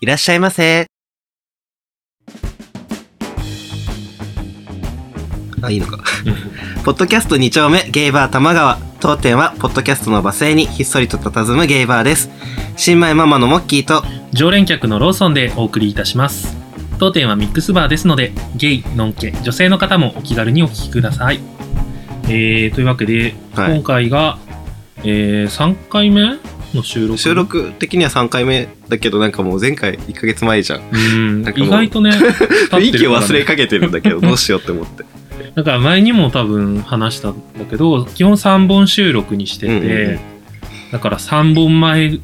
いらっしゃいませ。あ、いいの か。ポッドキャスト2丁目、ゲイバー玉川。当店は、ポッドキャストの罵声にひっそりと佇むゲイバーです。新米ママのモッキーと、常連客のローソンでお送りいたします当店はミックスバーですのでゲイノンケ女性の方もお気軽にお聞きくださいえー、というわけで、はい今回が、えー、3回目の収録収録的には3回目だけど、なんかもう前回1ヶ月前じゃん。うんなんかもう意 外とね息を忘れかかけてるんだけ ど、どうしようって思って。だから前にも多分話したんだけど基本3本収録にしてて、うんうんうだから3本前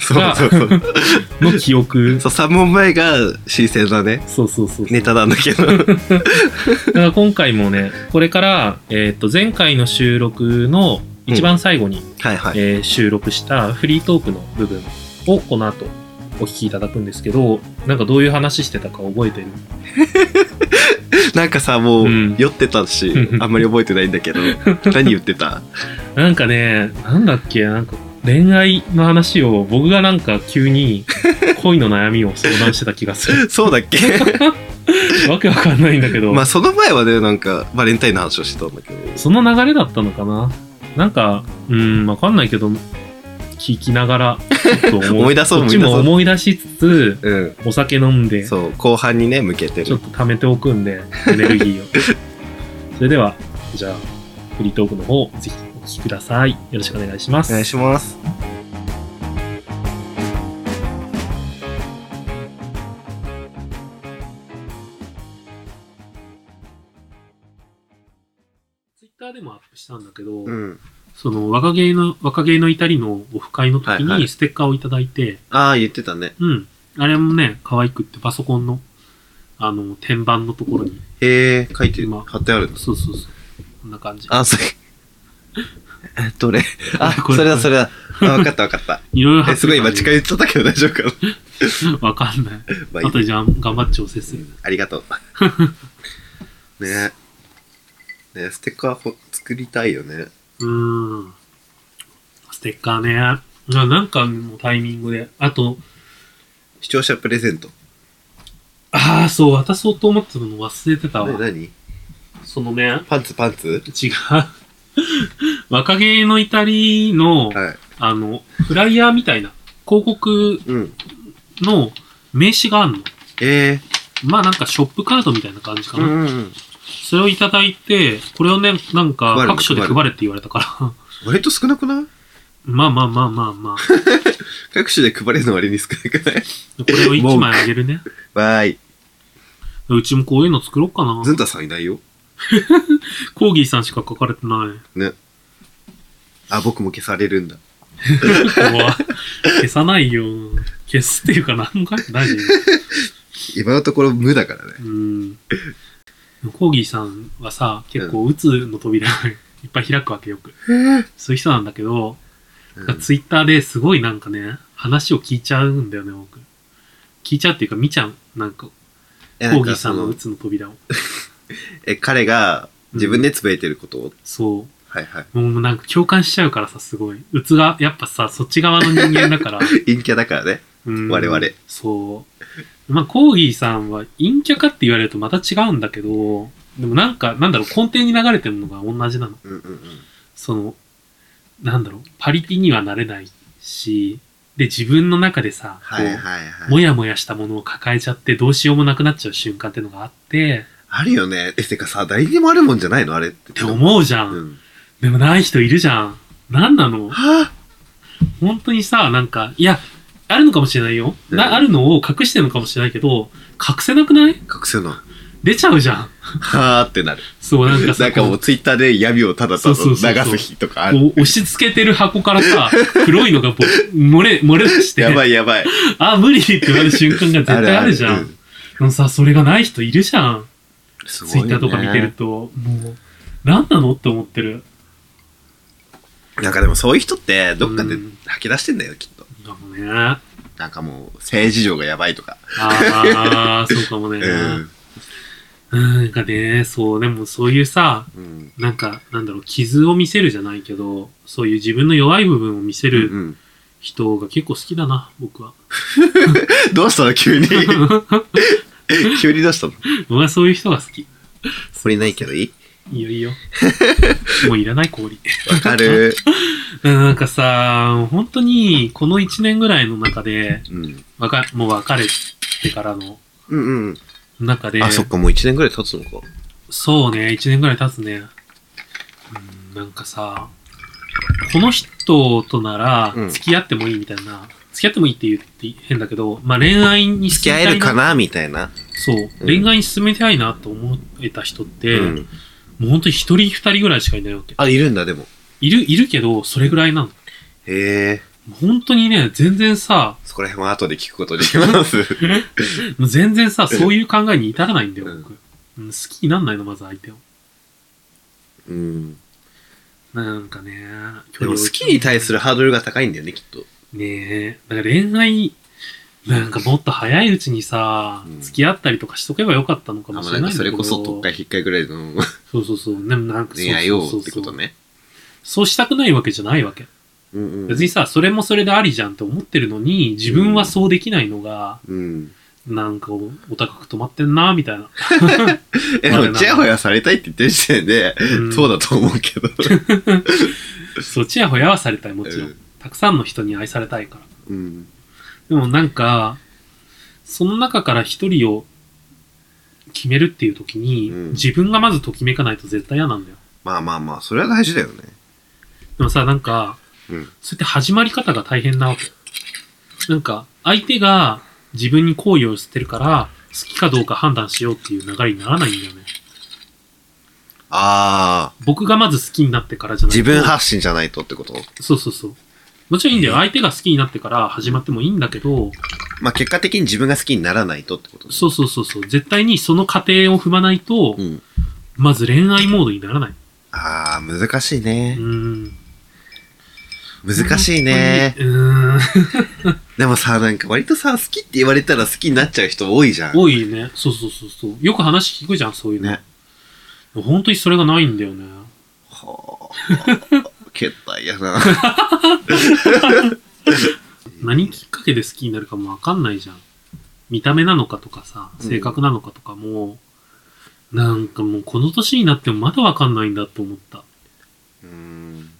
そうそうそう。の記 憶そう、3問前が新鮮なね、そうそうそうそうネタなんだ けど。だから今回もねこれから、えーっと前回の収録の一番最後に、はいはい。えー収録したフリートークの部分をこの後お聞きいただくんですけどなんかどういう話してたか覚えてるなんかさ、もう、うん酔ってたしう、んあんまり覚えてないんだけど、何言ってたなんかねなんだっけなんか恋愛の話を僕がなんか急に恋の悩みを相談してた気がす るそうだっけわけわかんないんだけど、まあ、その前はね、なんか、バレンタインの話をしてたんだけど。その流れだったのかななんかうんわかんないけど聞きながらちょっと 思い出そうこっちも思い出しつつうん。お酒飲んでそう、後半にね、向けてちょるっ。と貯めておくんで、エネルギーを。 それでは、じゃあ、フリートークの方、ぜひお聞きください。よろしくお願いしまおす。願いします。ツイッターでもアップしたんだけど、うん。その、若芸の、若芸の至りのオフ会の時はいはいにステッカーをいただいて、ああ、言ってたね。うん。あれもね、可愛くって、パソコンの、あの、天板のところに、へえ、書いて、今貼ってあるんだ。そうそうそう。こんな感じ。あ、それ。えどれあ、これそれだ、それだ。あ、わかったわかった。いろいろえ、すごい今近い。寄っちゃったけど大丈夫かなわかんない。まあいいあとじゃあ、頑張って調整する。ありがとう。ねねステッカーほ作りたいよね。うーん。ステッカーね。ななんかのタイミングで。あと、視聴者プレゼント。ああ、そう、渡そうと思ってたの忘れてたねわ。何そのね、パンツパンツ違う。 若気の至りの、はい。あの、フライヤーみたいな、広告うん。の名刺があるの。えまあなんかショップカードみたいな感じー。かな。んうん。それをいただいて、これをね、なんか配る各所で配れって言われたから。割と少なくないまあまあまあまあまあ。各種で配れるの割に少なくない これを1枚あげるね。わーい。うちもこういうの作ろうかな。ずんたさんいないよ。コーギーさんしか書かれてない。ね。あ、僕も消されるんだ。怖消さないよ。消すっていうか何回大丈今のところ無だからね。夫。うん。コーギーさんはさ、結構うつの扉がいっぱい開くわけよく。そういう人なんだけど、うんツイッターですごいなんかね、話を聞いちゃうんだよね、僕。聞いちゃうっていうか見ちゃう。なんか、コえなんーギーかさそんののうつの扉を。え、彼が自分でつぶやいてることを、そはいはい。う。もうなんか共感しちゃうからさ、すごい。うつが、やっぱさ、そっち側の人間 だから。陰キャだからね。うん我々そう。まあ、コーギーさんは陰キャかって言われるとまた違うんだけど、でもなんか、なんだろう、根底に流れてるのが同じなの。うんうんうん。その、なんだろう、パリピにはなれないし、で、自分の中でさ、こはういはいはい。もやもやしたものを抱えちゃって、どうしようもなくなっちゃう瞬間ってのがあって、あるよね。え、てかさ、誰にでもあるもんじゃないのあれって。って思うじゃん。うん。でもない人いるじゃん。なんなのはぁ本当にさ、なんか、いや、あるのかもしれないよ。なうんあるのを隠してるのかもしれないけど、隠せなくない隠せの。出ちゃうじゃん。はぁってなる。そう、なんか さ、なんかもうツイッターで闇をただただそうそうそうそう流す日とかあこうる。押し付けてる箱から さ、黒いのがぼ漏れ、漏れ出して、やばいやばい。あ、無理ってなる瞬間が絶対あるじゃうん。んでもさ、それがない人いるじゃん。すごツいイよッねターとか見てると、もう、なんなのって思ってる。なんかでもそういう人ってどっかでうん吐き出してんだよ、きっと。かもね。あなんかもう政治上がやばいとか。あ、そうかもね。うん。うん、なんかね、そう、でもそういうさ、うん。なんか、なんだろう、傷を見せるじゃないけど、そういう自分の弱い部分を見せうるん。人が結構好きだな、僕は。どうしたの急に。 急にどうしたの僕はそういう人が好き。これないけどいいいいよいい よ。もういらない氷。わか る。うんなんかさ、本当にこの1年ぐらいの中で、うん。わかもう別れてからのうんうん。中で、あ、そっか、もう1年ぐらい経つのか。そうね、1年ぐらい経つね。うん、なんかさ、この人とならうん付き合ってもいいみたいな、付き合ってもいいって言って変だけど、まあ恋愛に付き進合みたいえなるかなみたいな。そう、うん恋愛に進めたいなと思えた人って、うん。もう本当に1人2人ぐらいしかいないわけ。あ、いるんだ、でも。いる、いるけど、それぐらいなの。へえ。本当にね、全然さ、そこら辺は後で聞くことにします。もう全然さ、そういう考えに至らないんだよ、うん僕。うん好きになんないの、まず相手を。 うん。なんかね、でも好きに対するハードルが高いんだよね、きっと。ねえ、だから恋愛、なんかもっと早いうちにさ、うん付き合ったりとかしとけばよかったのかあもましあれなんないんだかけど。それこそ特会引っかいぐらいのそうそうそう。でもなんかそう恋愛をってこと。ね。そうしたくないわけじゃないわけ。うんうん別にさ、それもそれでありじゃんって思ってるのに、自分はそうできないのが、うん。なんかおお高く止まってんな、みたいな。え、でも、ちやほやされたいって言ってる時点で、うんそうだと思うけ ど。そう、ちやほやはされたい、もちろん。うんたくさんの人に愛されたいから。うん。でもなんか、その中から一人を決めるっていう時に、うん自分がまずときめかないと絶対嫌なんだよ。まあまあまあ、それは大事だよね。でもさ、なんか、うん。そうやって始まり方が大変なわけ。なんか、相手が自分に好意を捨てるから、好きかどうか判断しようっていう流れにならないんだよね。ああ、僕がまず好きになってからじゃないと自分発信じゃないとってことそうそうそう。もちろんいいんだよ。相手が好きになってから始まってもいいんだけど、まあ結果的に自分が好きにならないとってことそうそうそうそう。絶対にその過程を踏まないと、ん。まず恋愛モードにならない。ああ、難しいうね。ーん。難しいね。うーん。でもさ、なんか割とさ、好きって言われたら好きになっちゃう人多いじゃん。多いね。そうそうそうそう。よく話聞くじゃん、そういうの。ね。本当にそれがないんだよね。はあ。 けったいやな。何きっかけで好きになるかもわかんないじゃん。見た目なのかとかさ、うん性格なのかとかも、なんかもうこの年になってもまだわかんないんだと思った。うん。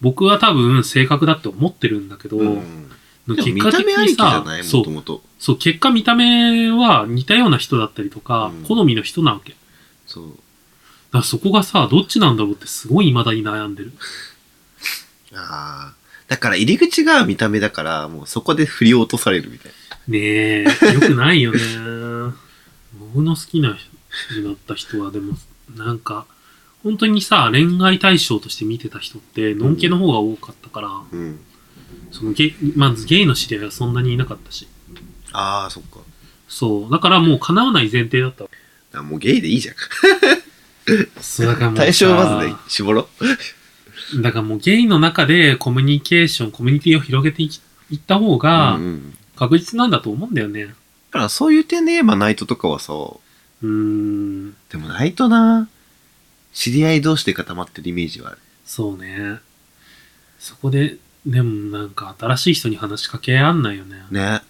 僕は多分性格だって思ってるんだけど、うんのでも結見果た的目ありきにじゃさない、そもとう、もと。そう、結果見た目は似たような人だったりとか、うん好みの人なわけ。だそう。からそこがさ、どっちなんだろうってすごい未だに悩んでる。ああ。だから入り口が見た目だから、もうそこで振り落とされるみたいねえ、よくないよね。 僕の好きな人になった人は、でも、なんか、本当にさ、恋愛対象として見てた人って、のんけの方が多かったから、な。うん。そのゲイまずゲイの知り合いはそんなにいなかったし。ああ、そっか。だかそう。だからもう叶わない前提だったわ。らもうゲイでいいじゃん。そうだからもう さ対象をまずね、絞ろう。だからもうゲイの中でコミュニケーション、コミュニティを広げていきいった方がうんうんだ確実なんだと思うんだよね。からそういう点で言えばナイトとかはさ、うーん。でもナイトな、知り合い同士で固まってるイメージはある。そうね。そこで、でもなんか新しい人に話しかけあんないよね。ね。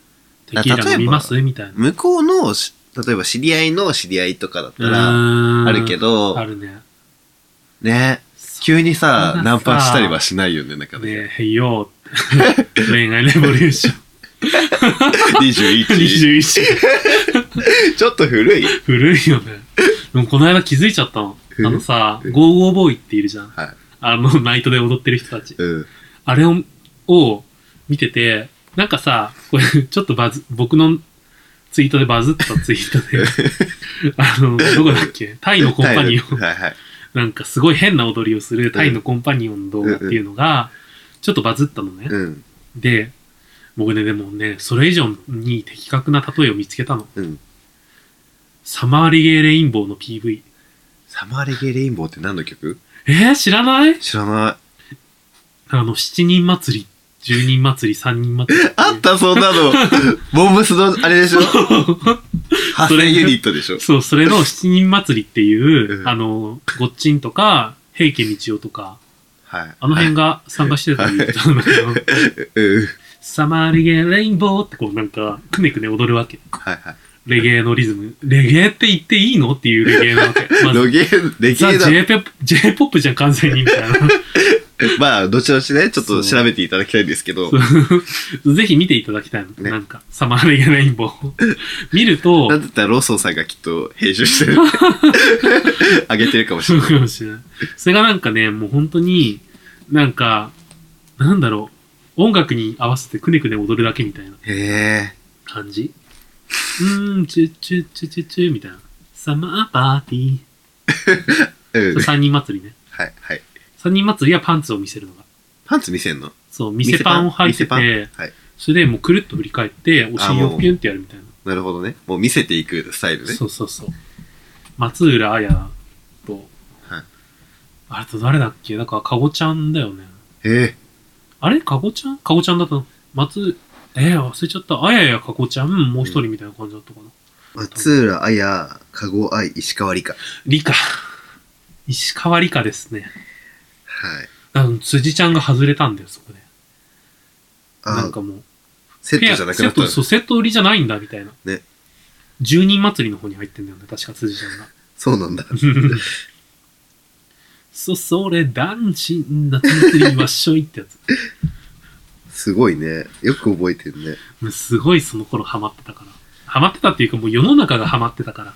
テキー例えラば飲みますみたいな。向こうのし、例えば知り合いの知り合いとかだったら、ああるけどあ、るね。ね。急にそさん、なさナンパしたりはしないよね、なかなか。ねえ、へいよー。恋愛レボリューショ ン。 21。 21。ちょっと古い。古いよね。でもこの間気づいちゃったの。あ古いのさ、ゴーゴーボーイっているじゃん。はい。あの、ナイトで踊ってる人たち。うん。あれを、を見てて、なんかさ、これ、ちょっとバズ、僕のツイートでバズったツイートで、 あの、どこだっけタイのコンパニオン。はいはい。なんかすごい変な踊りをするタイのコンパニオンの動画っていうのが、ちょっとバズったのね。うん。で、僕ね、でもね、それ以上に的確な例えを見つけたの。うん。サマーリゲーレインボーの PV。サマーレゲレインボーって何の曲えー、知らない知らなあの、七人祭り、十人祭り、三人祭りい。。あった、そんな の。ボンブスの、あれでしょ派生ユニットでしょそう、それの七人祭りっていうう、んあの、ごっちんとか、平家道夫とか、はい。あの辺が参加してたりとなんだけど、うん。サマーレゲエレインボーってこうなんか、くねくね踊るわけ。はいはい。レゲエのリズム。レゲエって言っていいのっていうレゲエなわけ。まロず、ゲー、レゲザーだ。 J-POP J-POP じゃん、完全に、みた いな。まあ、どちらしね、ちょっと調べていただきたいんですけど、 ぜひ見ていただきたいの。ねなんか、サマーレゲエレインボー。見るとな、んだったらローソンさんがきっと編集して る。あげてるかもしそれうない。かもしれない。それがなんかね、もう本当に、なんか、なんだろう。音楽に合わせてくねくね踊るだけみたいなへ感じ。うーん、チュッチュッチュッチュッチュッみたいな。サマーパーティー。え。うん。三人祭りね。はいはい。三人祭りはパンツを見せるのが。パンツ見せんのそう、店パンを履い店てパンて、はい。それでもうくるっと振り返って、お尻をピュンってやるみたいな。なるほどね。もう見せていくスタイルね。そうそうそう。松浦綾と、はいあれと誰だっけなんか、かごちゃんだよね。へえ。あれかごちゃんかごちゃんだったの松、えー、忘れちゃった。あややかごちゃん、もう一人みたいな感じだったかな。松浦綾、加護愛、石川理香。理科。石川理科ですね。はい。あの、辻ちゃんが外れたんだよ、そこで。なあんかもう。セットじゃなくなったセット、そう、セット売りじゃないんだ、みたいな。ね。 10人祭りの方に入ってんだよね、確か辻ちゃんが。そうなんだ。 そ、それ、男子、夏祭りましょいってやつ。すごいね。よく覚えてるね。もう すごいその頃ハマってたから。ハマってたっていうか、もう世の中がハマってたから。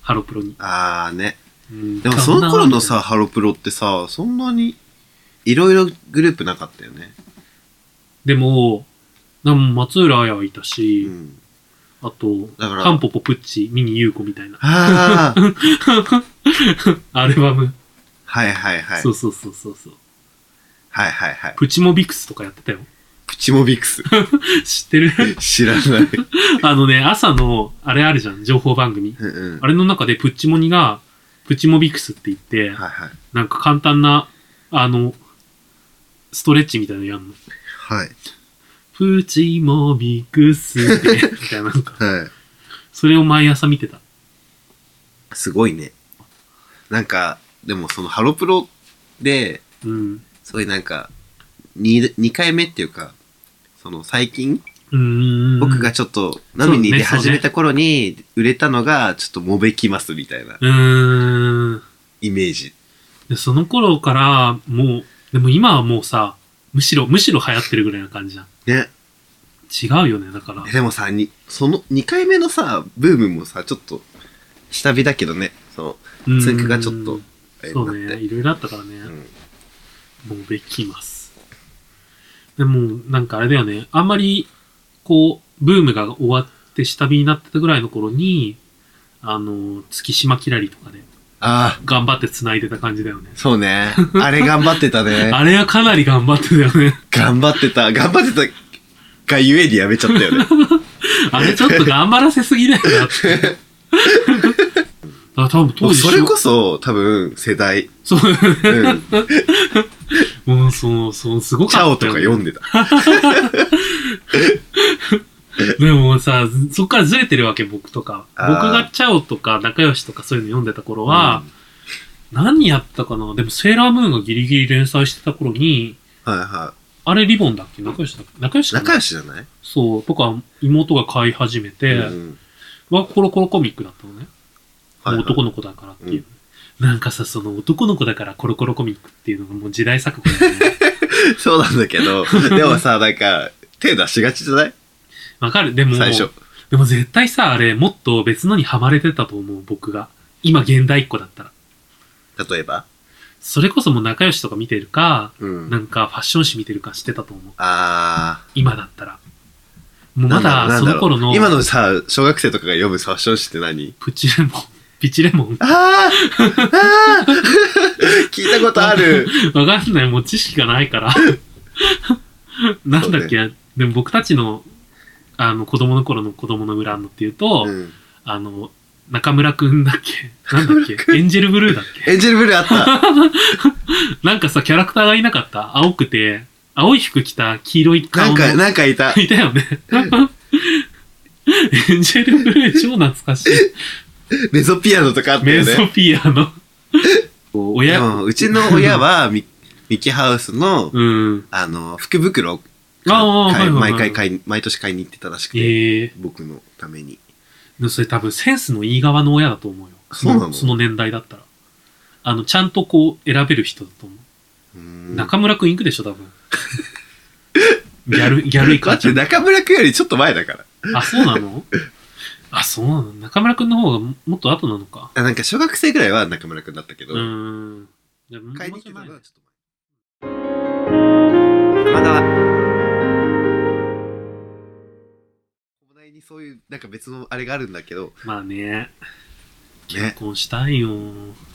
ハロプロに。あーね。うんでもその頃のさ、、ハロプロってさ、そんなに、いろいろグループなかったよね。でも、なんも松浦綾はいたし、うん。あと、だから。カンポポプッチ、ミニユーコみたいな ああアルバム、はいはいはいそ。うそうそうそうそう。はいはいはい。プチモビクスとかやってたよ。 プチモビクス。 知ってる知らない。あのね、朝の、あれあるじゃん、情報番組。うんうん。あれの中でプッチモニが、プチモビクスって言って、はいはい。なんか簡単な、あの、ストレッチみたいなのやんの。はい。プチモビクスで、 みたいな、なんか、はい。それを毎朝見てた。すごいね。なんか、でもそのハロプロで、うん。そういうなんか、2, 二回目っていうか、その最近、うーん。僕がちょっとそう波に出ねそうね始めた頃に売れたのが、ちょっともべきますみたいなうーん。イメージ。で、その頃から、もう、でも今はもうさ、むしろ、むしろ流行ってるぐらいな感じね。じゃん。違うよね、だからえ。でもさ、にその2回目のさ、ブームもさ、ちょっと、下火だけどね、その、うんツンクがちょっと、あれそになうってね、いろいろあったからね。うんもうできます。でも、なんかあれだよね、あんまり、こう、ブームが終わって下火になってたぐらいの頃に、あの、月島キラリとかね、ああ、頑張って繋いでた感じだよね。そうね。あれ頑張ってたね。 あれはかなり頑張ってたよね。頑張ってた。頑張ってたがゆえにやめちゃったよね。あれちょっと頑張らせすぎだよなって。 だから多分も当う時それこそ、多分、世 代。そう、うん。もうそう、そう、すごチかャオったとよ、か読ね。んでた。でもさ、ずそっからずれてるわけ、僕とか。あ僕ーがチャオとか仲良しとかそういうの読んでた頃は、何やってたかなでも、セーラームーンがギリギリ連載してた頃に、はいはあれリボンだっけ仲良しだっけ仲良い。しかな仲良しじゃないそう、とか、妹が買い始めて、うんはコロコロコミックだったのね。はいはい男の子だからっていう。なんかさ、その男の子だからコロコロコミックっていうのがもう時代錯誤だよ ね。 そうなんだけ ど、でもさ、なんか、手出しがちじゃないわかるでも、最初。でも絶対さ、あれ、もっと別のにハマれてたと思う、僕が。今、現代っ子だったら。例えば。それこそもう仲良しとか見てるか、うんなんかファッション誌見てるかしてたと思う。あ今だったら。もうー。なまんだろうそのなんだろ頃のう今のさ、小学生とかが読むファッション誌って何プチレモン、 ピチレモン、あー あー 聞いたことある。わかんない、もう知識がないから。なんだっけ、でも僕たちの、あの、子供の頃の子供の裏のっていうと、うんあの、中村くんだっけなんだっけエンジェルブルーだっけエンジェルブルーあ った。なんかさ、キャラクターがいなかった青くて、青い服着た黄色いな顔んの。か、なんかいた。いたよね。 エンジェルブルー超懐かしい。メゾピアノとかあったメよンね。ソピアの。親でもうちの親はみミミキハウスの、うん。あの、福袋をああ、は買いいはいはい。毎回買い、毎年買いに行ってたらしくて、ええ僕のために。でもそれ多分センスのいい側の親だと思うよ。そうなのその年代だったら。あの、ちゃんとこう選べる人だと思うーう。ん中村くん行くでしょ、多分。ギャル、ギャルイカち待ゃって、ん。中村くんよりちょっと前だから。あ、そうなのあ、そうなの中村くんの方がももっと後なのか。あ、なんか小学生ぐらいは中村くんだったけど、うーん。じゃあもう買いにち行ょってたい前のだはちょっと前。山田は、お題にそういう、なんか別のあれがあるんだけど、まあね、ね結、婚したいよ。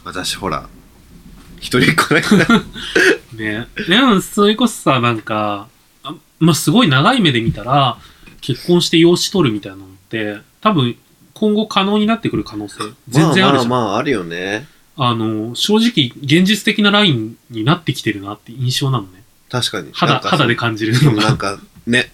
私ほら、一人っ子だから。ね。でも、それこそさ、なんか、あまあ、すごい長い目で見たら、結婚して養子取るみたいなのって、多分、今後可能になってくる可能性、 全然あるじゃん。あまあまあまあ、あるよね。の、正直、現実的なラインになってきてるなって印象なのね。確かに。肌、なんか肌で感じるそうの なんが。か、ね、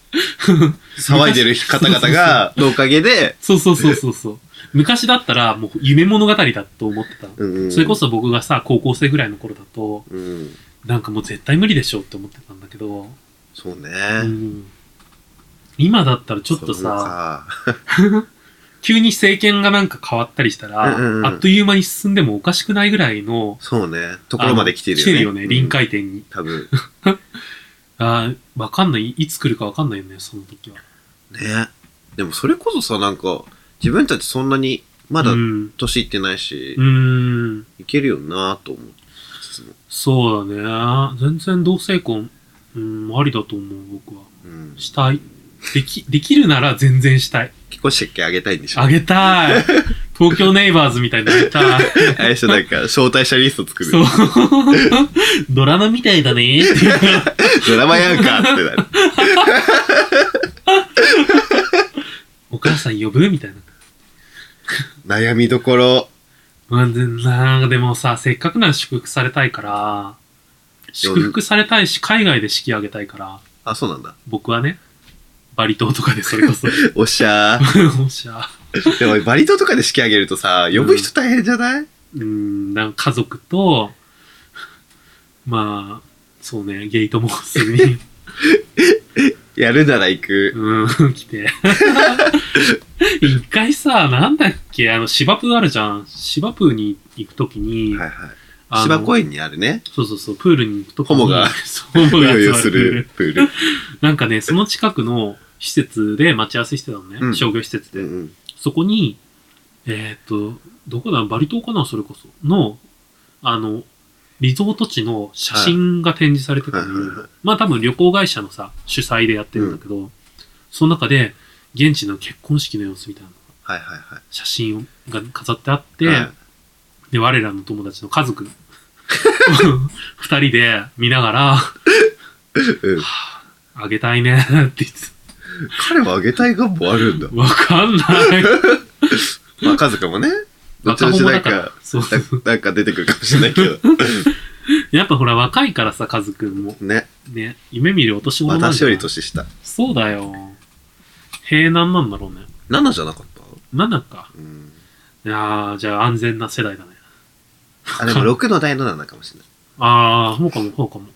騒いでる方々が、のおかげで、そうそうそうそうそう。昔だったら、もう夢物語だと思ってた。うんそれこそ、そ僕がさ、高校生ぐらいの頃だと、うん、なんかもう絶対無理でしょって思ってたんだけど、そうね。うん今だったらちょっとそうさ、か、急に政権がなんか変わったりしたら、うんうんうんあっという間に進んでもおかしくないぐらいの、そうね。ところまで来てるよあね。の来てるよね、臨。界点に。多分。ああ、わかんない、いつ来るかわかんないよね、その時は。ね。でもそれこそさ、なんか、自分たちそんなに、まだうん。年いってないし、うーん。いけるよなと思う。つつもそうだね。全然同性婚、うん、ありだと思う、僕は。うん。したい。でき、できるなら全然したい。結婚式あげたいんでしょあげ たい。東京ネイバーズみたいになりたい。あれでしょ、なんか、招待者リスト作る。そう。 ドラマみたいだね。ドラマやんかってなる。お母さん呼ぶみたいな。悩みどころ。まあ、でなんかでもさ、せっかくなら祝福されたいから、祝福されたいし、海外で式挙げたいから、あ、そうなんだ。僕はね、バリ島とかでそれこ そ。おっしゃー。もしゃ、 でもバリ島とかで式あげるとさ、呼ぶ人大変じゃない、うーん、なんか家族と、まあ、そうね、ゲートもすぐに、やるなら行く。うん、来て。一回さ、なんだっけ、あの、芝生あるじゃん。芝生に行くときに、はいはい。あの芝公園にあるね。そうそうそう、プールに行くときに、ホモが そう、ホうモがよう集よまするプールる。プール。なんかね、その近くの施設で待ち合わせしてたのね、うん商業施設で。うんうん。そこに、えーっと、どこだバリ島かなそれこそ。の、あの、リゾート地の写真が展示されてたのはいよはいはいはまあ多分旅行会社のさ、主催でやってるんだけど、その中で、現地の結婚式の様子みたいなはいはいはい。写真が飾ってあって、はいで、我らの友達の家 族、二人で見ながら、うん、あげたいねって言って彼はあげたい願望あるんだ。た。わかんない。まあ家族もね。どっち若の うちな者だんからか、。 そう。ななんか出てくるかもしれないけ ど。やっぱほら、若いからさ、カズくんも。ね。ね、夢見るお年頃なんだ私より年下。そうだよ。平南なんだろうね。 7じゃなかった7か。うん。いやー、じゃあ安全な世代だね。あ、でも6の代の7かもしれない。あー、そうかも、そうかも。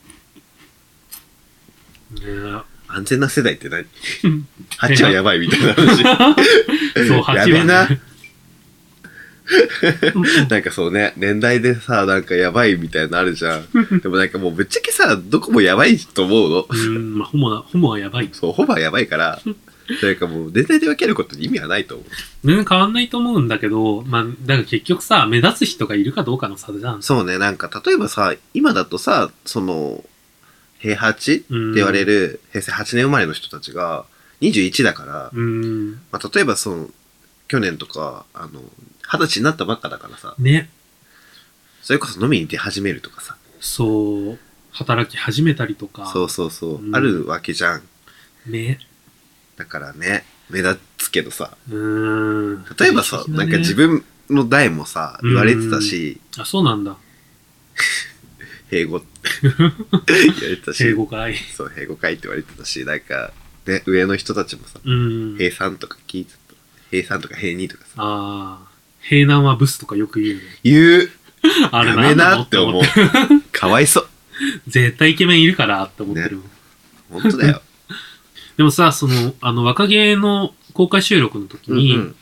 ね安全な世代って何うん ?8 はやばいみたいな話。え。 そう、8やは、べね。えな。 なんかそうね、年代でさ、なんかやばいみたいなのあるじゃん。でもなんかもうぶっちゃけさ、どこもやばいと思うの。 うん、まあ、ホモな、ホモはやばい。そう、ほぼやばい から、なんかもう年代で分けることに意味はないと思う。全然変わんないと思うんだけど、まあ、だから結局さ、目立つ人がいるかどうかの差じゃん。そうね、なんか例えばさ、今だとさ、その、平八ってうん言われる平成8年生まれの人たちが21だから、うん。まあ、例えばその、去年とか、あの、二十歳になったばっかだからさ、ね。それこそ飲みに出始めるとかさ、そう、働き始めたりとか。そうそうそうう、んあるわけじゃん。ね。だからね、目立つけどさ、うーん。例えばさ、不思議だなんねか自。分の代もさ、言われてたし、あ、そうなんだ。英 語って言われてたし、英語かい。そう、平語会って言われてたし、なんか、ね、上の人たちもさ、うん。平さんとか聞いてた。平さんとか平二とかさ、ああ。平南はブスとかよく言うよね。言うあ れやめなって思う なんだろう。かわいそう。絶対イケメンいるからって思ってるもん、本当だよ。でもさ、その、あの、若芸の公開収録の時に、うん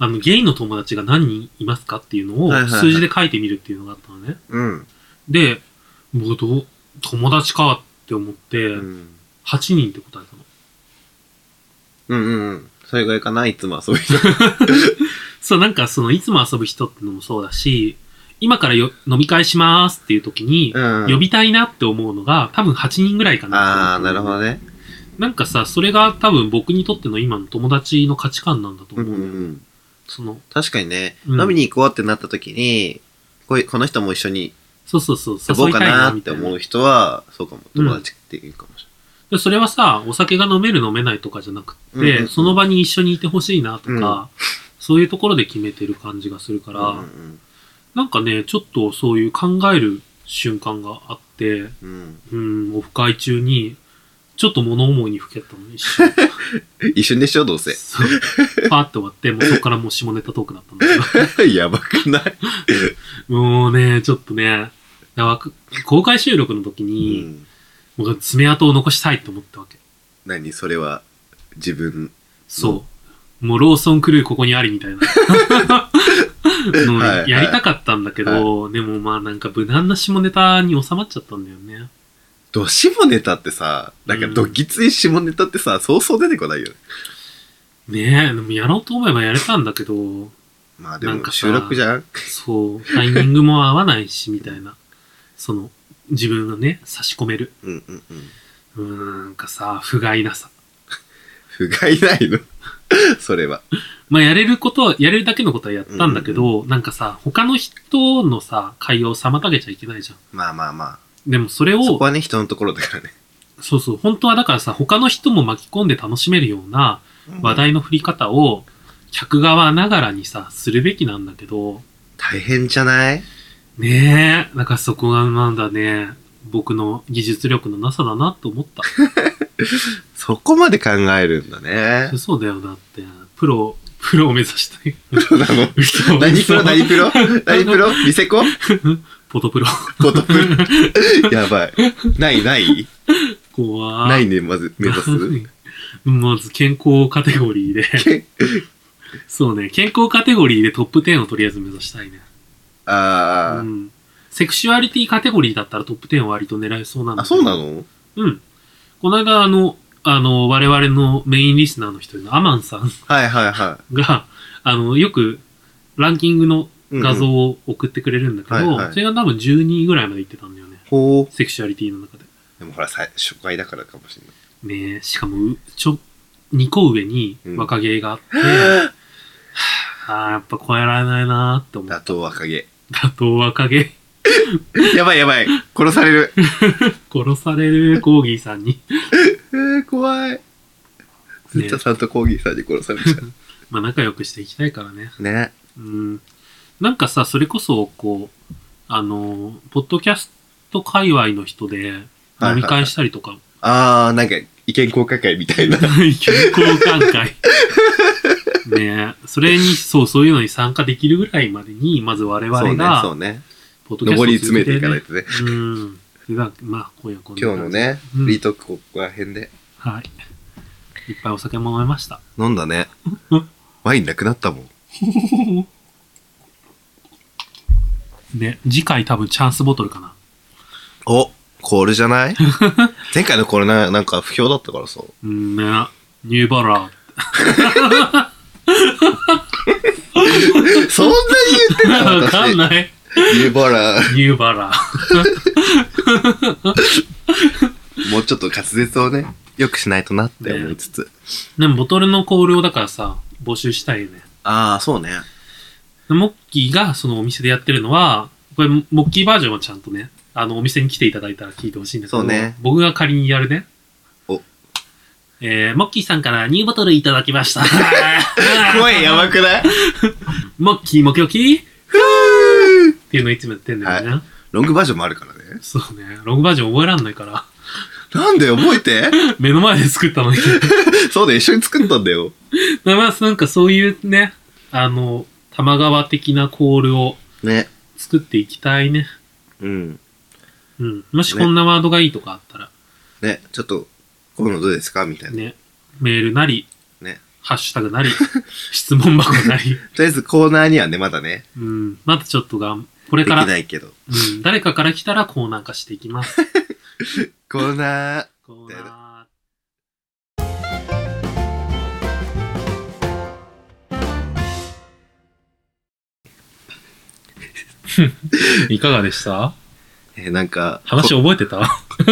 あの、ゲイの友達が何人いますかっていうのをはいはいはい数字で書いてみるっていうのがあったのね。うん。で、もうどう、友達かって思って、うん。 8人って答えたの。うんうんうん。それぐらいかな、いつも遊び人。そう、なんかその、いつも遊ぶ人ってのもそうだし、今からよ飲み会しますっていう時に、うん。呼びたいなって思うのが多分8人ぐらいかあなあ、なるほどね。ね。なんかさ、それが多分僕にとっての今の友達の価値観なんだとう思んううんんだうよね、ん。その、確かにね、うん飲みに行こうってなった時に、こういうこの人も一緒にそうそうそう、呼ぼういかたいななっみてたいな思う人は、そうかも、友達っていうかもしでそれはさ、お酒が飲める飲めないとかじゃなくて、うんうんうんその場に一緒にいてほしいなとか、うんそういうところで決めてる感じがするかれら、ない。うんなんかね、ちょっとそういう考える瞬間があって、うんうん。うん、オフ会中に、ちょっと物思いにふけったのに一瞬。一瞬でしょ、どうせ。そうパーって終わって、もうそこからもう下ネタトークだったんだけど。やばくない もうね、ちょっとね、だわく公開収録の時うに、ん僕は爪痕を残したいと思ったわけ。何それは、自分。そう。もうローソンクルーここにありみたいな。 はいはのいやりたかったんだけど、でもまあなんか無難な下ネタに収まっちゃったんだよね。ど、下ネタってさ、なんかうんどぎつい下ネタってさ、そうそう出てこないよね。ねえ、でもやろうと思えばやれたんだけど、まあでなんもかさ収録じゃんそう、タイミングも合わないしみたいな。その、自分がね、差し込める。うんうんうん。うーん、なんかさ、不甲斐なさ。不甲斐ないの それは。まあやれることは、やれるだけのことはやったんだけど、なんかさ、他の人のさ、会話を妨げちゃいけないじゃまあまあまん。でもそれあ。を、そこはね、人のところだからね。そうそう、本当はだからさ、他の人も巻き込んで楽しめるような話題の振り方を、客側ながらにさ、するべきなんだけど、大変じゃないねえ、だからそこがなんだね、僕の技術力のなさだなと思った。そこまで考えるんだね。 そうだよ、だって、プロ、プロを目指したい。そうなの 嘘何プロ嘘何プ ロ何プロリセコポトプロ。ポ トプロやばい。ないない怖ないね、ね、まず、目指す。まず健康カテゴリーで。けそうね、健康カテゴリーでトップ10をとりあえず目指したいね。うあーん。セクシュアリティカテゴリーだったらトップ10は割と狙えそうなんだあ、けどそうなのうん。この間、あの、あの、我々のメインリスナーの一人のアマンさんはいはいはが、 あの、よくランキングのい。うんうん画像。を送ってくれるんだけど、はいはいそれが多分12位ぐらいまでいってたんだよね。ほう。セクシュアリティの中で。でもほら、さ初回だからかもしれない。ねえ、しかも、うちょ、2個上に若 芸があって、ああ、やっぱ超えられないなーって思う。 打倒若毛。だと若芸、やばいやばい。殺される。 殺されるコーギーさ んに。えー、怖い。ずっとさんとコーギーさんに殺されちゃう。まあ仲良くしていきたいからね。ね。うんなんかさ、それこそ、こう、あのー、ポッドキャスト界隈の人ではい飲み会したりとか、 あー、なんか、意見交換会みたいな。健康感 会。ねえ、それに、そう、そういうのに参加できるぐらいまでに、まず我々そうね、そがう、ね。ポッドキャスト上をり詰めていかないいとね。と。うん。ではまあ、今夜こんな今感日じの。ね、うんフリートークここら辺で。はい。いっぱいお酒も飲めました。飲んだね。ワインなくなったもん。ね、次回多分チャンスボトルかな。お、コールじゃ ない前回のコールな、なんか不評だったからさ。うんね、ニューバラー。そんなに言ってたのわかん私。ない。湯原、ニューバラー。もうちょっと滑舌をね、よくしないとなって思いつつ。でもボトルのコールをだからさ、募集したいよね。ああ、そうね。モッキーがそのお店でやってるのは、これ、モッキーバージョンはちゃんとね、あの、お店に来ていただいたら聞いてほしいんだけど、そうね僕が仮にやるね。お。えー、モッキーさんからニューボトルいただきました。声やばくないモッキー、モキモキふーっていうのいつもやってんだよね。ロングバージョンもあるからね。そうね。ロングバージョン覚えらんな いから。なんで覚えて目の前で作ったのに。そうだよ、一緒に作ったんだよ。まあ、なんかそういうね、あの、玉川的なコールをね。作っていきたいね。うん。うん。もしこんなワードがいいとかあったら、ね、ちょっと、こういうのどうですかみたいな。ね、メールなり、ねハッシュタグ なり、質問箱なり、とりあえずコーナーにはね、まだね、うん、またちょっとがん、こでれきから、ないけど。うん、誰かから来たらコーナー化していきます。コーナー、コーナ いかがでしたえーなんか、話覚えてた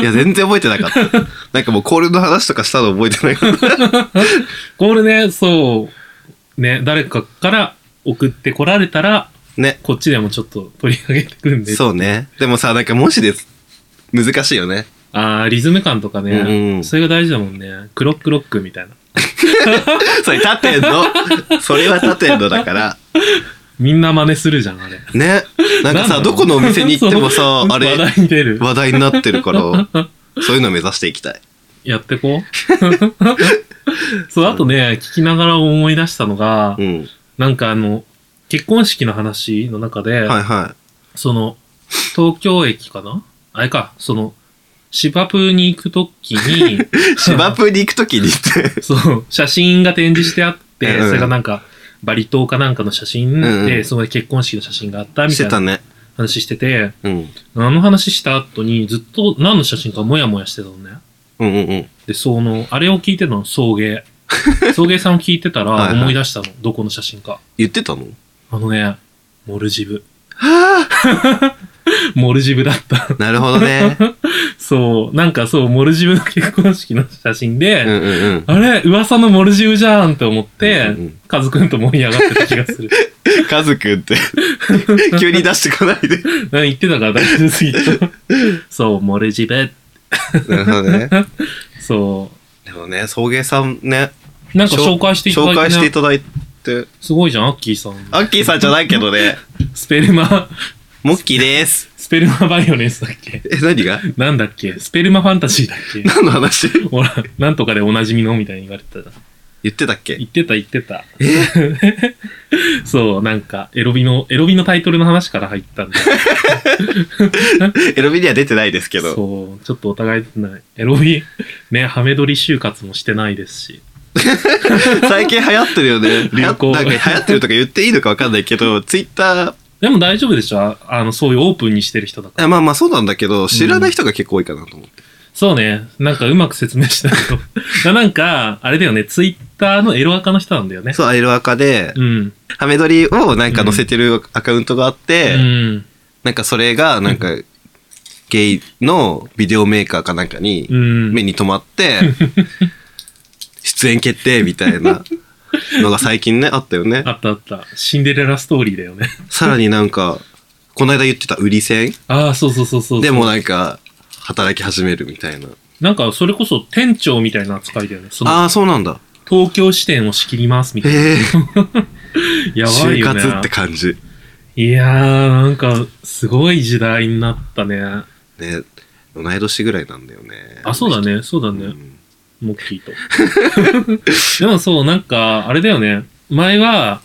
いや、全然覚えてなかった。 なんかもうコールの話とかしたの覚えてない から。これね、そう、ね、誰かから送ってこられたら、ね。こっちでもちょっと取り上げてくんで。そうね。でもさ、なんかもしです。難しいよね。あー、リズム感とかね、うんうんそれが大事だもんね。クロックロックみたいな。それ縦 の、それは縦のだから。みんな真似するじゃん、あれ。ね。なんかなさ、んだろどうこのお店に行っても さ、あれ、話題に出る。話題になってるから、そういうの目指していきたい。やって こう。そう、あとね、聞きながら思い出したのがう、ん。なんかあの、結婚式の話の中で、はいはその、東京駅かなあれか、その、芝生に行くと きに、い。芝生に行くときに って。そう、写真が展示してあって、うんそれがなんか、バリ島かなんかの写う真で、んうんその結婚式の写真があったみしたていたなね。話してて、うん。あの話した後にずっと何の写真かモヤモヤしてたのね。うんうんうん。で、その、あれを聞いてたの、送迎。送迎さんを聞いてはたいらはい思い出したの、どこの写真か。言ってたのあのね、モルジブ。はモルジブだった。 ぁなるほどね。そう、なんかそう、モルジブの結婚式の写真で、うんうん うん。あれ、噂のモルジブじゃんって思って、うんうんカズくんと盛り上がってた気が する。カズくんって、 急に出してこない で。なんか言ってたから大丈夫すぎた。そう、モルジブ。なるほどね。そでもね、送迎さんね、う。なんか紹介していただ紹いて、ね、介していただいて、すごいじゃん、アッキーさん。アッキーさんじゃないけど ね、スペルマ、モッキーです。スペルマバイオレンスだっけえ、何がなんだっけスペルマファンタジーだっけ何の話 ほら、なんとかでおなじみのみたいに言われてた。言ってたっけ言ってた言ってた。 そう、なんか、エロビの、エロビのタイトルの話から入ったんだエロビには出てないですけど。そう、ちょっとお互い出てない。エロビ、ね、ハメ撮り就活もしてないですし。最近流行ってるよね。流行なんか流行ってるとか言っていいのかわかんないけど、ツイッターでも大丈夫でしょああの、そういうオープンにしてる人だから。あ、まあまあそうなんだけど、知らない人が結構多いかなと思って。そうね。なんかうまく説明しないと。 なんか、あれだよね。ツイッターのエロアカの人なんだよね。そう、エロアカで、うん。ハメ撮りをなんか載せてるアカウントがあって、うん。なんかそれが、なんか、ゲイのビデオメーカーかなんかにう、ん。目に留ま って、出演決定みたいなのが最近ね、あったよねあ。ったあった。シンデレラストーリーだよね。さらになんか、この間言ってた売り線ああ、そうそうそうそう。でもなんか、働き始めるみたいな。なんか、それこそ店長みたいな扱いだよね。その、ああ、そうなんだ。東京支店を仕切りますみたいな。へえ、やばい就よね。活って感じ。いやー、なんか、すごい時代になったね。ね、同い年ぐらいなんだよね。あ、そうだね。そうだね。うんモッキーと。 でもそう、なんか、あれだよね。前は、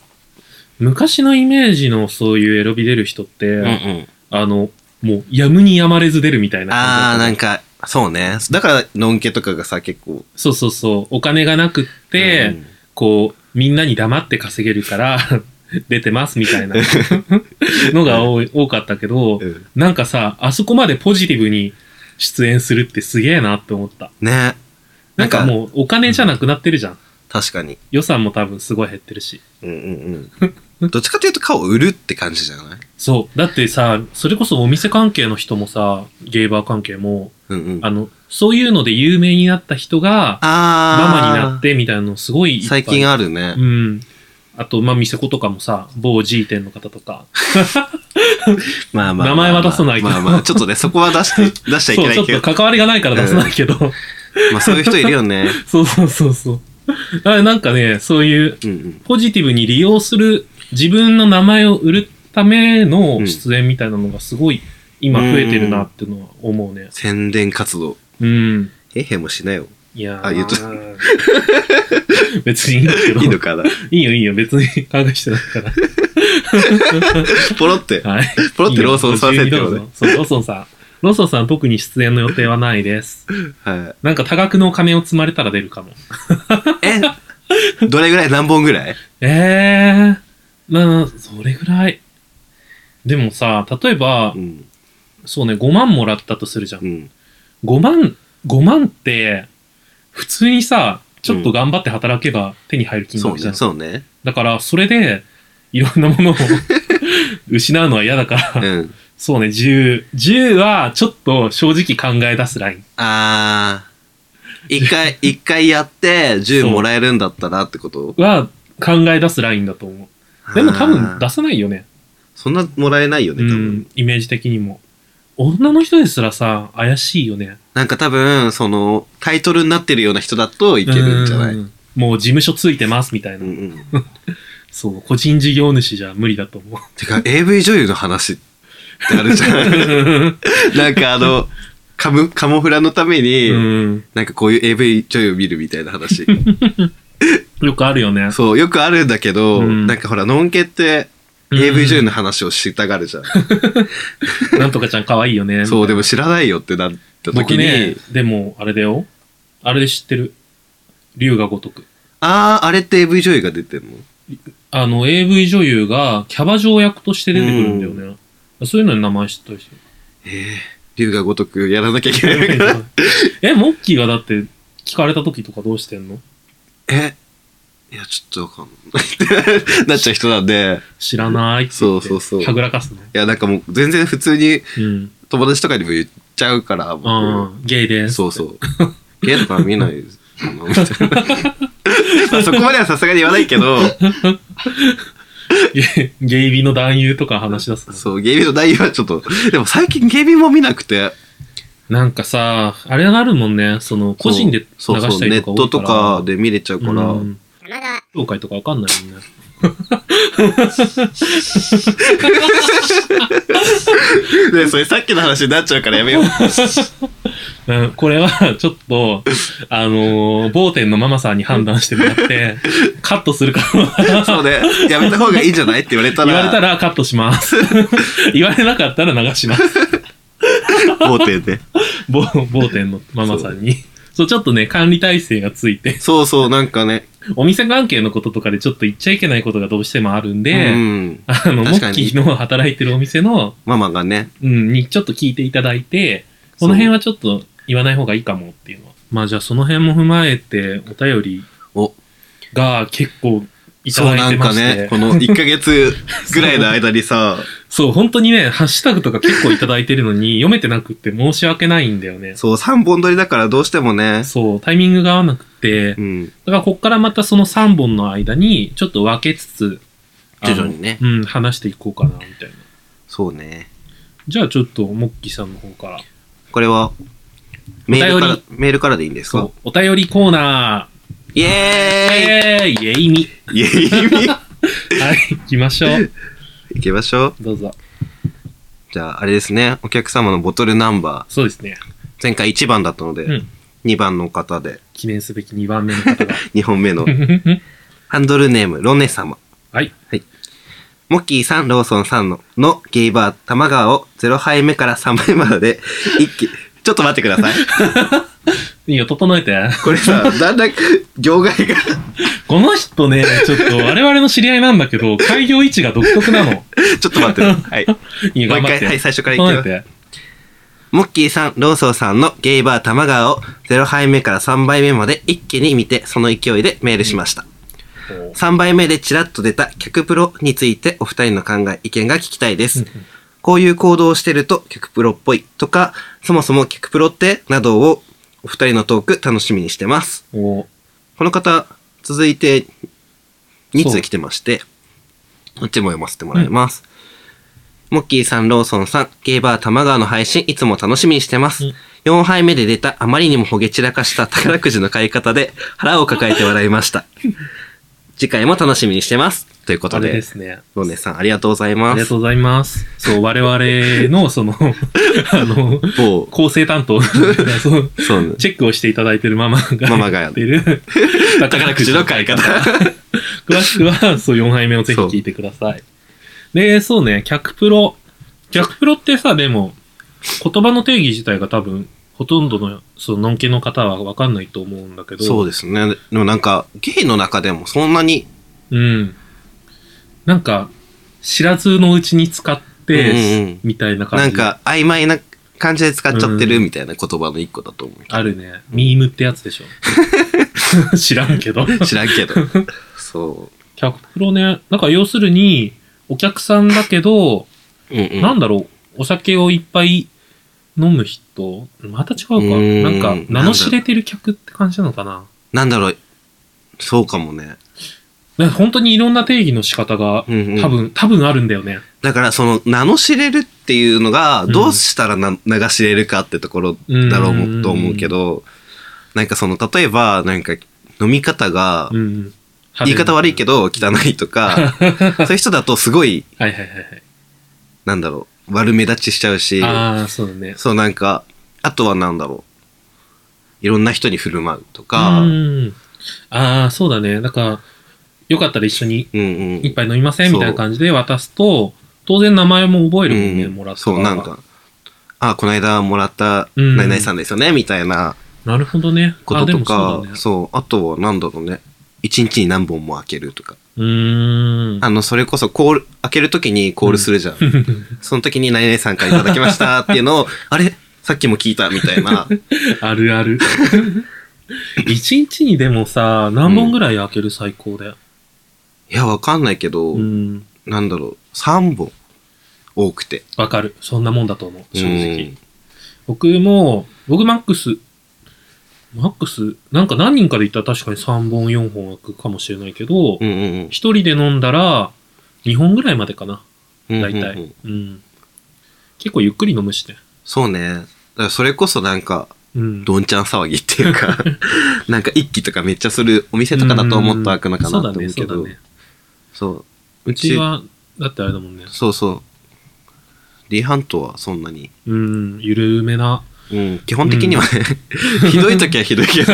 昔のイメージのそういうエロビ出る人って、うんうん。あの、もう、やむにやまれず出るみたいな感じだあったあ、なんか、そうね。だから、のんけとかがさ、結構。そうそうそう。お金がなくって、うんこう、みんなに黙って稼げるから、 出てますみたいなのが多い多かったけど、うんなんかさ、あそこまでポジティブに出演するってすげえなって思った。ね。なんかう。もうお金じゃなくなってるじゃん。確かに。予算も多分すごい減ってるし。うんうんうん。 どっちかというと、顔を売るって感じじゃないそう。だってさ、それこそお店関係の人もさ、ゲーバー関係も、うんうん。あの、そういうので有名になった人が、マあマになってみたいなのすごいいっぱい最近あるねう。ん。あと、まあ、店子とかもさ、某 G 店の方とか。まあまあ。名前は出さないけどまあまあ、ちょっとね、そこは出して、 出しちゃいそけう、なちょいっけとど。関わりがないから出さないけど。まあそういう人いるよね。 そうそうそうそう。だからなんかね、そういううんうん。ポジティブに利用する、自分の名前を売るための出演みたいなのがすごい今増えてるなっていうのは思うね。宣伝活動。うん。えへもしなよ。いやーあ言うと 別にいいんだけど。いいのかな。いいよいいよ、別に考えしてないから。ポロって。はい。ポロってローソンさんいいよ設定をねご自由にどうぞそう、ローソンさん。ロソさん特に出演の予定はないです。 はなんか多額のお金を積まれたら出るかも。い。え、どれぐらい何本ぐらいええー、まあ、それぐらい。でもさ、例えばう、ん。そうね、5万もらったとするじゃんう。ん。 5万、5万って、普通にさ、ちょっと頑張って働けば手に入る金そう額じね、ゃん。そうね。だから、それで、いろんなものを 失うのは嫌だから、うん。そうね、10。10は、ちょっと正直考え出すライン。あー。一 回、一回やって、10もらえるんだったらってことは、考え出すラインだと思う。でも多分出さないよね。そんなもらえないよね、う多分。ん、イメージ的にも。女の人ですらさ、怪しいよね。なんか多分、その、タイトルになってるような人だといけるんじゃないうんもう事務所ついてますみたいな。うんうん。そう、個人事業主じゃ無理だと思う。てか、AV 女優の話ってあるじゃん。 なんかあの、カム、カモフラのために、うん、なんかこういう AV 女優見るみたいな話。よくあるよね。そう、よくあるんだけど、うんなんかほら、ノンケって、うん AV 女優の話をしたがるじゃん。なんとかちゃん可愛いよね。そう、でも知らないよってなった時僕に、ね、でも、あれだよ。あれで知ってる。龍が如く。あー、あれって AV 女優が出てんのあの、AV 女優がキャバ嬢役として出てくるんだよね。そういうのに名前知ったりしてえー、龍が如くやらなきゃいけない から。るえ、モッキーがだって聞かれた時とかどうしてんのえいや、ちょっとわかんない。 ってなっちゃう人なんで、知らないって言って。そうそうそうはぐらかすいの。や、なんかもう全然普通にうん。友達とかにも言っちゃうから、僕ああ、ゲイです。そうそう。ゲーとか見ないです。あのみたいな まあそこまではさすがに言わないけど、ゲイゲイビの男優とか話し出すの。そう、ゲイビの内容はちょっと、でも最近ゲイビも見なくて、なんかさ、あれがあるもんね。その、個人で流そうそうしたネりッとか多トいかとら。かで見れちゃうから、うん紹介とかわかんないもんね。で、それさっきの話になっちゃうからや めよう。うん、これは、 ちょっと、あのー、某店のママさんに判断してもら って、カットするから、そうね、やめた方がいいんじゃないって言われた言われたら、らカット します。言われなかったら流します。法廷で。某、某店のママさんに。そう、ちょっとね、管理体制がついて、そうそう、なんかね、お店関係のこととかでちょっと言っちゃいけないことがどうしてもあるんで、うん、あの、モ確かッにキーの働いてるお店の、ママがね、うん、にちょっと聞いていただいて、この辺はちょっと言わない方がいいかもっていうのは。まあじゃあその辺も踏まえて、お便りおが結構いたそうだないてんまかして。そうね、この1ヶ月ぐらいの間に さ、本当にね、ハッシュタグとか結構いただいてるのに読めてなくって申し訳ないんだよね。そう、3本撮りだからどうしてもね、そう、タイミングが合わなくて、うだかん、らこっからまたその3本の間にちょっと分けつつ、あの徐々にねうん、話していこうかな、みたいな。そうね。じゃあちょっと、モッキーさんの方から。これは、メールからお便、メールからでいいんですそかう、お便りコーナイー。エえーイイェイミ。ーイイエーイ はい、行きましょう。行きましょう。どうぞ。じゃあ、あれですね。お客様のボトルナンバそうですね。ー。前回1番だったので、うん2番の方で、記念すべき2番目の 方が。 2本目のハンドルネーム、ロネ様。はい。モッキーさん、ローソンさんの、のゲイバー、玉川を0杯目から3杯目まで、一気、ちょっと待ってください。いいよ、整えて。これさ、だんだん、業界が、この人ね、ちょっ と我々の知り合いなんだけど、開業位置が独特なの。ちょっと待ってね。はい。 いいよ、もう一頑張回、って。はい、最初からいき整えます。て。モッキーさん、ローソンさんのゲイバー玉川を0杯目から3杯目まで一気に見て、その勢いでメールしました。3杯目でちらっと出た客プロについてお二人の考え、意見が聞きたいです。こういう行動をしてると客プロっぽいとか、そもそも客プロってなどをお二人のトーク楽しみにしてます。おこの方、続いて2そう通来てまして、こっちも読ませてもらいます。モッキーさん、ローソンさん、ゲイバー玉川の配信いつも楽しみにしてます。うん4杯目で出たあまりにもほげ散らかした宝くじの買い方で腹を抱えて笑いま した。次回も楽しみにしてます。というこあとれでで、すね。ロネさんありがとうございあまりがすと。うございます。そう、我々の、その、あの、某構成担当、 そうそうチェックをしていただいてるママが、ママがや っ てる、宝くじの買い 方。詳しくは、そう、4杯目をぜひ聞いてください。で、そうね、客プロ。客プロってさ、でも、言葉の定義自体が多分、ほとんどの、その、のんけの方はわかんないと思うんだけど。そうう。ですね。でもなんか、ゲイの中でもそんなに、うん。なんか、知らずのうちに使って、うんうんみたいな感じ。なん、か曖昧な感じで使っちゃってるみたいな言葉の一個だと思う。あるね。ミームってやつでしょ。 知らん けど。知らん けど。そキャプロね、なんか要するに、お客さんだけど、う。うんうん。なんだろう、お酒をいっぱい飲む人、また違うか。うーんなんかなん、だ名の知れてる客って感じなのかな。なんだろう。そうかもね。なんか本当にいろんな定義の仕方が、うんうん多分、多分あるんだよね。だからその名の知れるっていうのがうんどうしたらな名が知れるかってところだろうもうんと思うけどなんかその例えばなんか飲み方がうんうん。言い方悪いけど。ど汚いとかそういう人だとすごいはいはいはいはい。なんだろう悪目立ちしちゃう しああ、そうだね。そうなんかあとはなんだろういろんな人に振る舞うとかあうんあー、そうだね。だから、よかったら一緒にうん一杯飲みませんそうみたいな感じで渡すと、当然名前も覚えるもんね、うんもらったそらうなんかあこの間もらったうん何々さんですよねみたいななるほどね。こととあでかも、そうだね。そう、あとはなんだろうね。一日に何本も開けるとか。うーん。あの、それこそコール、開けるときにコールするじゃん。 その時に何々さんからいただきましたっていう のを、あれさっきも聞いたみたいな。あ るある。一日にでもさ、何本ぐらい開ける最高で。いや、わかんないけど、うん。なんだろう、3本多くて。わかる。そんなもんだと思う、正直。うん僕も、僕マックス、マックス、なんか何人かで行ったら確かに3本4本開くかもしれないけど、うんうん一人で飲んだら2本ぐらいまでかな、うん。大うんうんうん体。うん。結構ゆっくり飲むしね。そうね。だからそれこそなんか、うん。どんちゃん騒ぎっていう か、なんか一気とかめっちゃするお店とかだと思ったら開くのかなって思うけそうどだね、そうだね。。そう。ううちは、だってあれだもんね。そうそう。リーハントはそんなに。うん、緩めな。うん、基本的にはね、 ひどい時はひどい けど、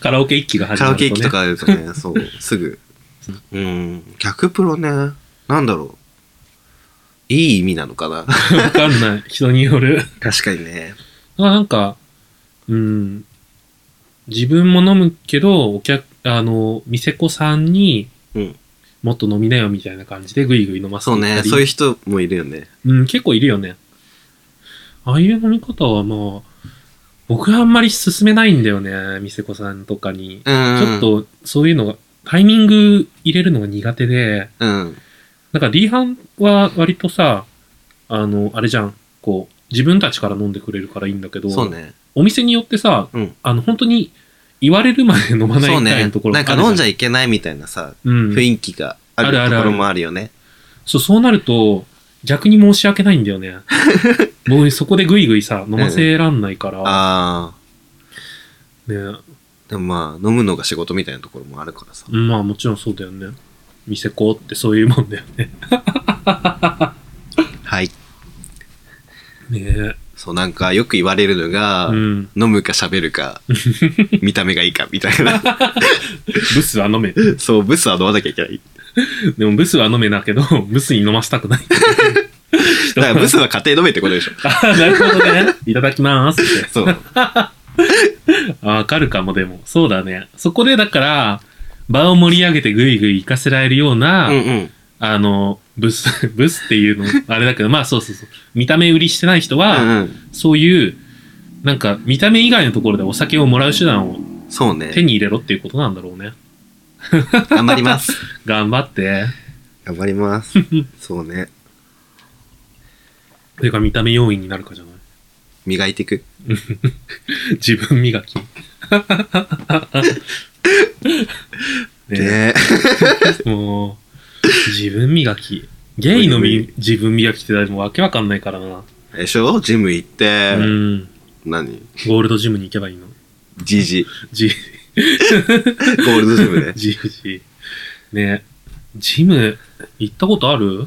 カラオケ一期が始カまラオると、ケね。行きとかあるとね、そう、すぐ。うん、逆プロね、なんだろう。いい意味なのかなわかんない。人によ る。だか確かにね。らなんか、うん、自分も飲むけど、お客、あの、店子さんにうん。もっと飲みなよみたいな感じでぐいぐい飲ませてそうね、そういうう、人もいるよね。うん、結構いるよね。ああいう飲み方はまあ、僕はあんまり勧めないんだよね、店子さんとかに。うん。ちょっ。と、そういうのが、タイミング入れるのが苦手で、うん。なんか D 班は割とさ、あの、あれじゃん、こう、自分たちから飲んでくれるからいいんだけど、そうね。お店によってさ、うんあの、本当に言われるまで飲まないそうみたいねなとこ。ろなんか飲んじゃい、いけないみたいなさ、うん、雰囲気がああるあるるとあこるろもあるよね。そう、そうなると、逆に申し訳ないんだ よね。もうそこでぐいぐいさ、飲ませらんないから、あね、ー。でもまあ、飲むのが仕事みたいなところもあるからさ。まあもちろんそうだよね。店子ってそういうもんだよね。はい。ねそう、なんかよく言われるのが、うん。飲むか喋る か、見た目がいいか、みたいな。ブスは飲め。そう、ブスは飲まなきゃいけない。でもブスは飲めだけど、ブスに飲ませたくない。だからブスは家庭飲めってことでしょ。ああ、なるほどね。いただきますって。そう。あわかるかも、でも。そうだね。そこで、だから、場を盛り上げてぐいぐい行かせられるような、うんうん。 あの、ブス、 ブスっていうの、あれだけど、まあそうそうそう。見た目売りしてない人うは、んうん。そういう、なんか、見た目以外のところでお酒をもらう手段をそう手ね。に入れろっていうことなんだろうね。頑張り ます。頑張って。頑張り ます。そうね。というか、見た目要因になるかじゃない。磨いていく。自分 磨き。ねえね もう、自分磨き。ゲイのうみ自分磨きってもうわけわかんないからな。え。でしょジム行っうて、ん。何ゴールドジムに行けばいいの。ジジ。ジ、。ゴールドジムね ジ、ジ。ねジム、行ったことある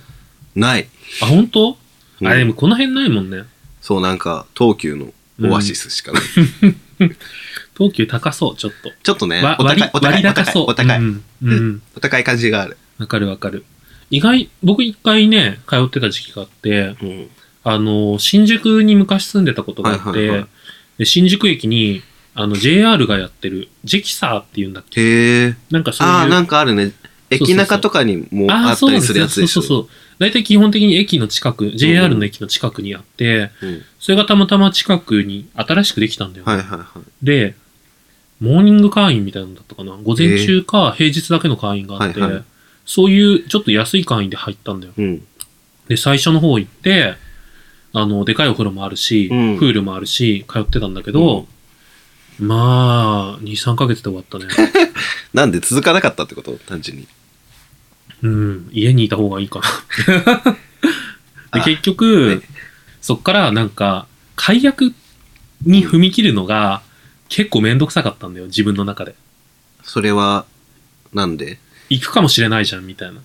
ない。あ、本当？うんあ、でもこの辺ないもんね。そう、なんか、東急のオアシスしか ない。東急高そう、ちょっと。ちょっとねわ、お割高いり、お高割い、お高高いそう。、お高うい、ん。うん。お高い感じがある。わかるわかる。意外、僕一回ね、通ってた時期があって、うん。あの、新宿に昔住んでたことがあって、はいはいはいで新宿駅に、あの、JR がやってる、ジェキサーっていうんだっけへえ。なんかそういう。ああ、なんかあるね。そうそう駅中とかにもああーったりするやつでしょ。そうなんですよそうそうそう。大体基本的に駅の近く、JR の駅の近くにあって、うんそれがたまたま近くに新しくできたんだよ。はいはいはい。で、モーニング会員みたいなのだったかな。午前中か平日だけの会員があって、はいはいそういうちょっと安い会員で入ったんだよ。うん。で、最初の方行って、あの、でかいお風呂もあるし、うんプールもあるし、通ってたんだけど、まあ、2、3ヶ月で終わったね。 なんで続かなかったってこと単純に。うん、家にいた方がいいか な。あで、結局、ねそっからなんか、解約に踏み切るのが結構めんどくさかったんだよ、自分の中で。それは、なんで行くかもしれないじゃん、みたいな。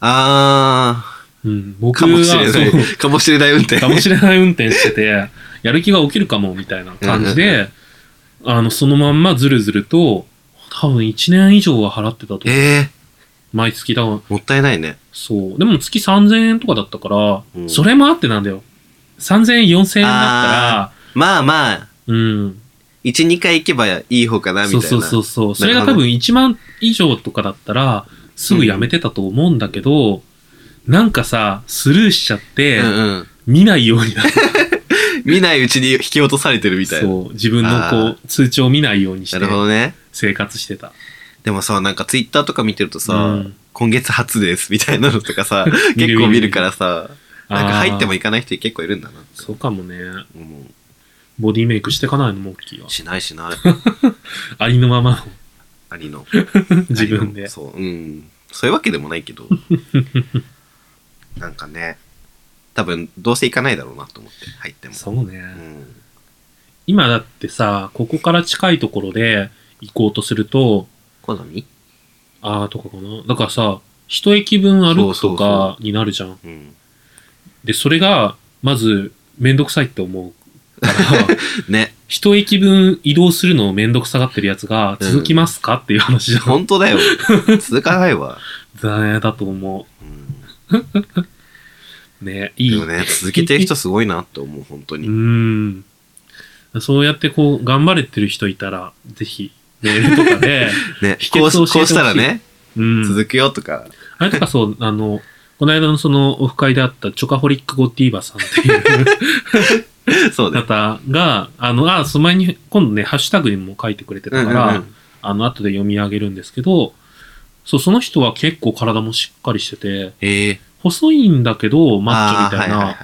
あうん、ー、僕かはもしれない。 そうかもしれない運転。かもしれない運転して て、やる気が起きるかも、みたいな感じで、あの、そのまんまずるずると、多分1年以上は払ってたと思う。ええ毎月だわ。もったいないね。そう。でも月3000円とかだったから、うんそれもあってなんだよ。3000円、4000円だったら、まあまあ、うん。 1、2回行けばいい方かな、みたそいうな。そうそうそう。それが多分1万以上とかだったら、すぐやめてたと思うんだけど、なんかさ、スルーしちゃって、うんうん。見ないようになって、見ないうちに引き落とされてるみたいな。そう、自分のあこう、通帳を見ないようにしなてる、ほどね。生活してた。でもさ、なんかツイッターとか見てるとさ、うん今月初ですみたいなのとか さ、見る結構見るからさ、見るなんか入ってもあーいかない人結構いるんだな。そうかもね。うんボディメイクしてかないの、モッキーは。しないしない。ありのままあり の。 の、自分ありので。そう。うん。そういうわけでもないけ ど。なんかね、多分どうせ行かないだろうなと思って、入っても。そううね。ん。今だってさ、ここから近いところで行こうとすると、好みあーとかかな。だからさ、一駅分歩くそうそとうそかになるじゃん。うん。で、それが、まず、めんどくさいって思うから、 ね、一駅分移動するのをめんどくさがってるやつが、うん続きますか、っていう話 じゃん。本当だ よ。続かないわ。だねだと思うんう。ね、いでい。もね、続けてる人すごいなって思う、本当うに。ーん。そうやってこう、頑張れてる人いたら、ぜひ、メールと かで、ね、秘訣こうをし教えてほしいこうしたらね、うん。続くよとか。あれとかそう、あの、この間のそのオフ会であったチョカホリックゴッティーバさんっていう そうだよ。方が、あの、あ、その前に、今度ね、ハッシュタグにも書いてくれてたから、うんうんうんあの、後で読み上げるんですけど、そう、その人は結構体もしっかりしてて、へえ。細いんだけど、マッチョみたいな。あーははは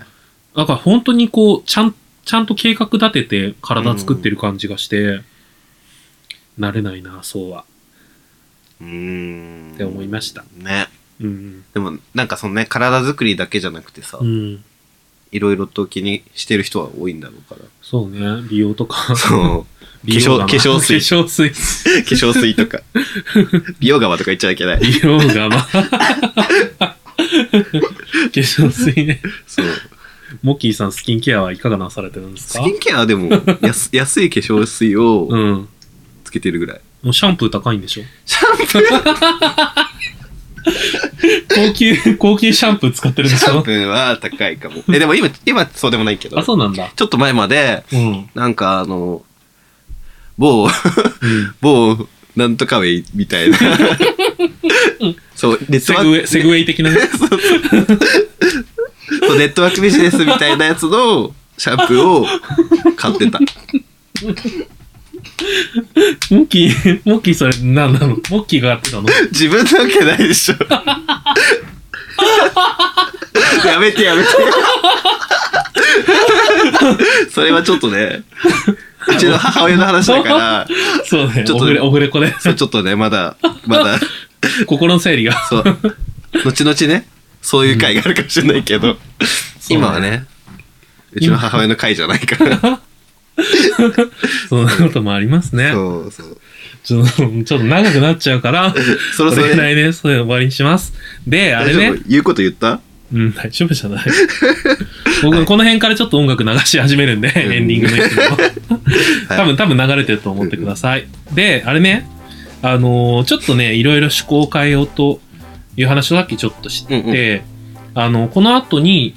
だから本当にこう、ちゃん、ちゃんと計画立てて体作ってる感じがして、慣れないな、そうは。うーん。って思いました。ね。うん。でも、なんかそのね、体作りだけじゃなくてさう、ん。いろいろと気にしてる人は多いんだろう から。そうね、美容と か。そう。美容が 化粧化粧水化粧水。化粧水と か。美容側とか言っちゃいけない。美容が ま化粧水ね。そう。モッキーさん、スキンケアはいかがなされてるんですスかキンケアはでも、安 安い化粧水うをん。つけてるぐらい。もうシャンプー高いんでしょシャンプー高級、高級シャンプー使ってるんでシしャンょプーは高いかも。え、でも今、今そうでもないけど。あ、そうなんだ。ちょっと前まで、うん。なんかあの、某、うん。某、なんとかウェイみたいな。そう、ネットセワグウーェイ、セグウェイ的なね。ク、そうネットワークビジネスみたいなやつのシャンプーを買ってた。モッキー、モッキーそれ、なんなのモッキーがやってたの自分なわけないでしょ。やめてやめて。それはちょっとね、うちの母親の話だから、そうね。ちょっとオフレ、オフレコで。そうちょっとね、まだ、まだ、心の整理が。そう。後々ね、そういう回があるかもしれないけど、今はね、うちの母親の回じゃないから。そんなこともありますね。そうそう。ちょっと、ちょっと長くなっちゃうから、 そろそころれぐらね、いで、それで終わりにします。で、あ大れ丈ね夫。言うこと言ったうん、大丈夫じゃない。僕、この辺からちょっと音楽流し始めるんで、んエンディングのやつも。 はい 多分、多分流れてると思ってください。で、あれね、あのーちょっとね、いろいろ趣向を変えようという話をさっきちょっとして、うんうんあの、この後に、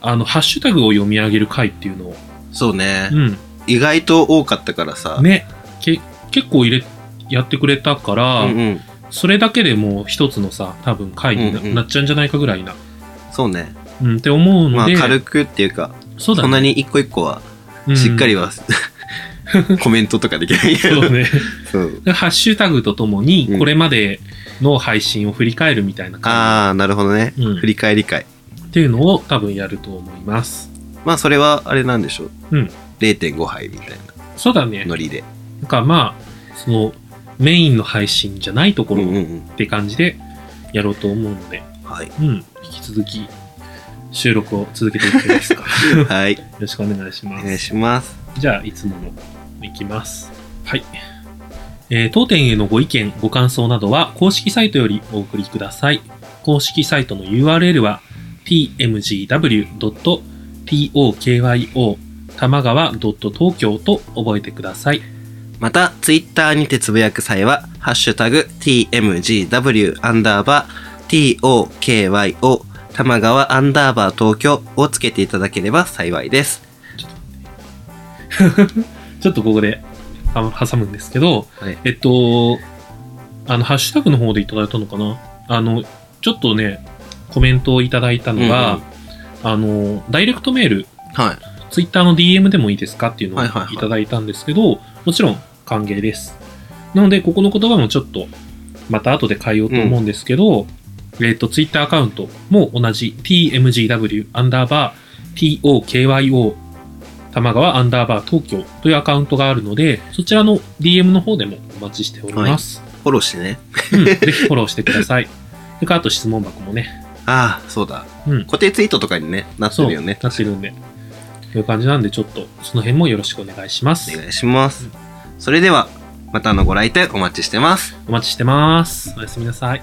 あの、ハッシュタグを読み上げる回っていうのを。そうね、う意外と多かったからさ、ん。ね。け、結構入れ、やってくれたから、うんうんそれだけでもう一つのさ、多分回にな,、うんうんっちゃうんじゃないかぐらいな。そうねうん、って思うまのあで、軽くっていうかそうだそんねなに一個一個はうんしっかり は、コメントとかできないけどそうね。そうハッシュタグとともうに、んこれまでの配信を振り返るみたいな感ああなるほどね、うん振り返り会じっていうのを多分やると思います。まあそれはあれなんでしょう、うん0.5杯みたいそうだなね。ノリで、なんかまあ、その、メインの配信じゃないとこうんろうんうっん、て感じでやろうと思うので、はいうん、引き続き収録を続けていき ますか。よはいろしくお願いしまおす。願いしますじゃあ、いつもの、いきます。はい。えー当店へのご意見、ご感想などは、公式サイトよりお送りください。公式サイトの URL は、pmgw.tokyo 玉川 .tokyo と覚えてください。またツイッターにてつぶやく際は「ハッシュタグ #tmgw アンダーバー tokyo 玉川アンダーバー東京」をつけていただければ幸いですちょっとここであの挟むんですけど、はいえっと、あの、ハッシュタグの方でいただいたのかなあの、ちょっとね、コメントをいただいたのが、うんあの、ダイレクトメール、はいツイッターの DM でもいいですかっていうのをはいいはいはいただいたんですけど、もちろん歓迎です。なので、ここの言葉もちょっと、また後で変えようと思うんですけど、えっ、と、ツイッターアカウントも同じ tmgw アンダーバー tokyo 玉川アンダーバー東京というアカウントがあるので、そちらの DM の方でもお待ちしております。フォローしてねうん、ぜひフォローしてください。 それからあと質問箱もね、ああそうだうん、固定ツイートとかにねなってそう、るよね出してるんで、という感じなんで、ちょっとその辺もよろしくお願いしますお。願いしますそれではまたのご来店お待ちしてますお待ちしてます。おやすみなさい。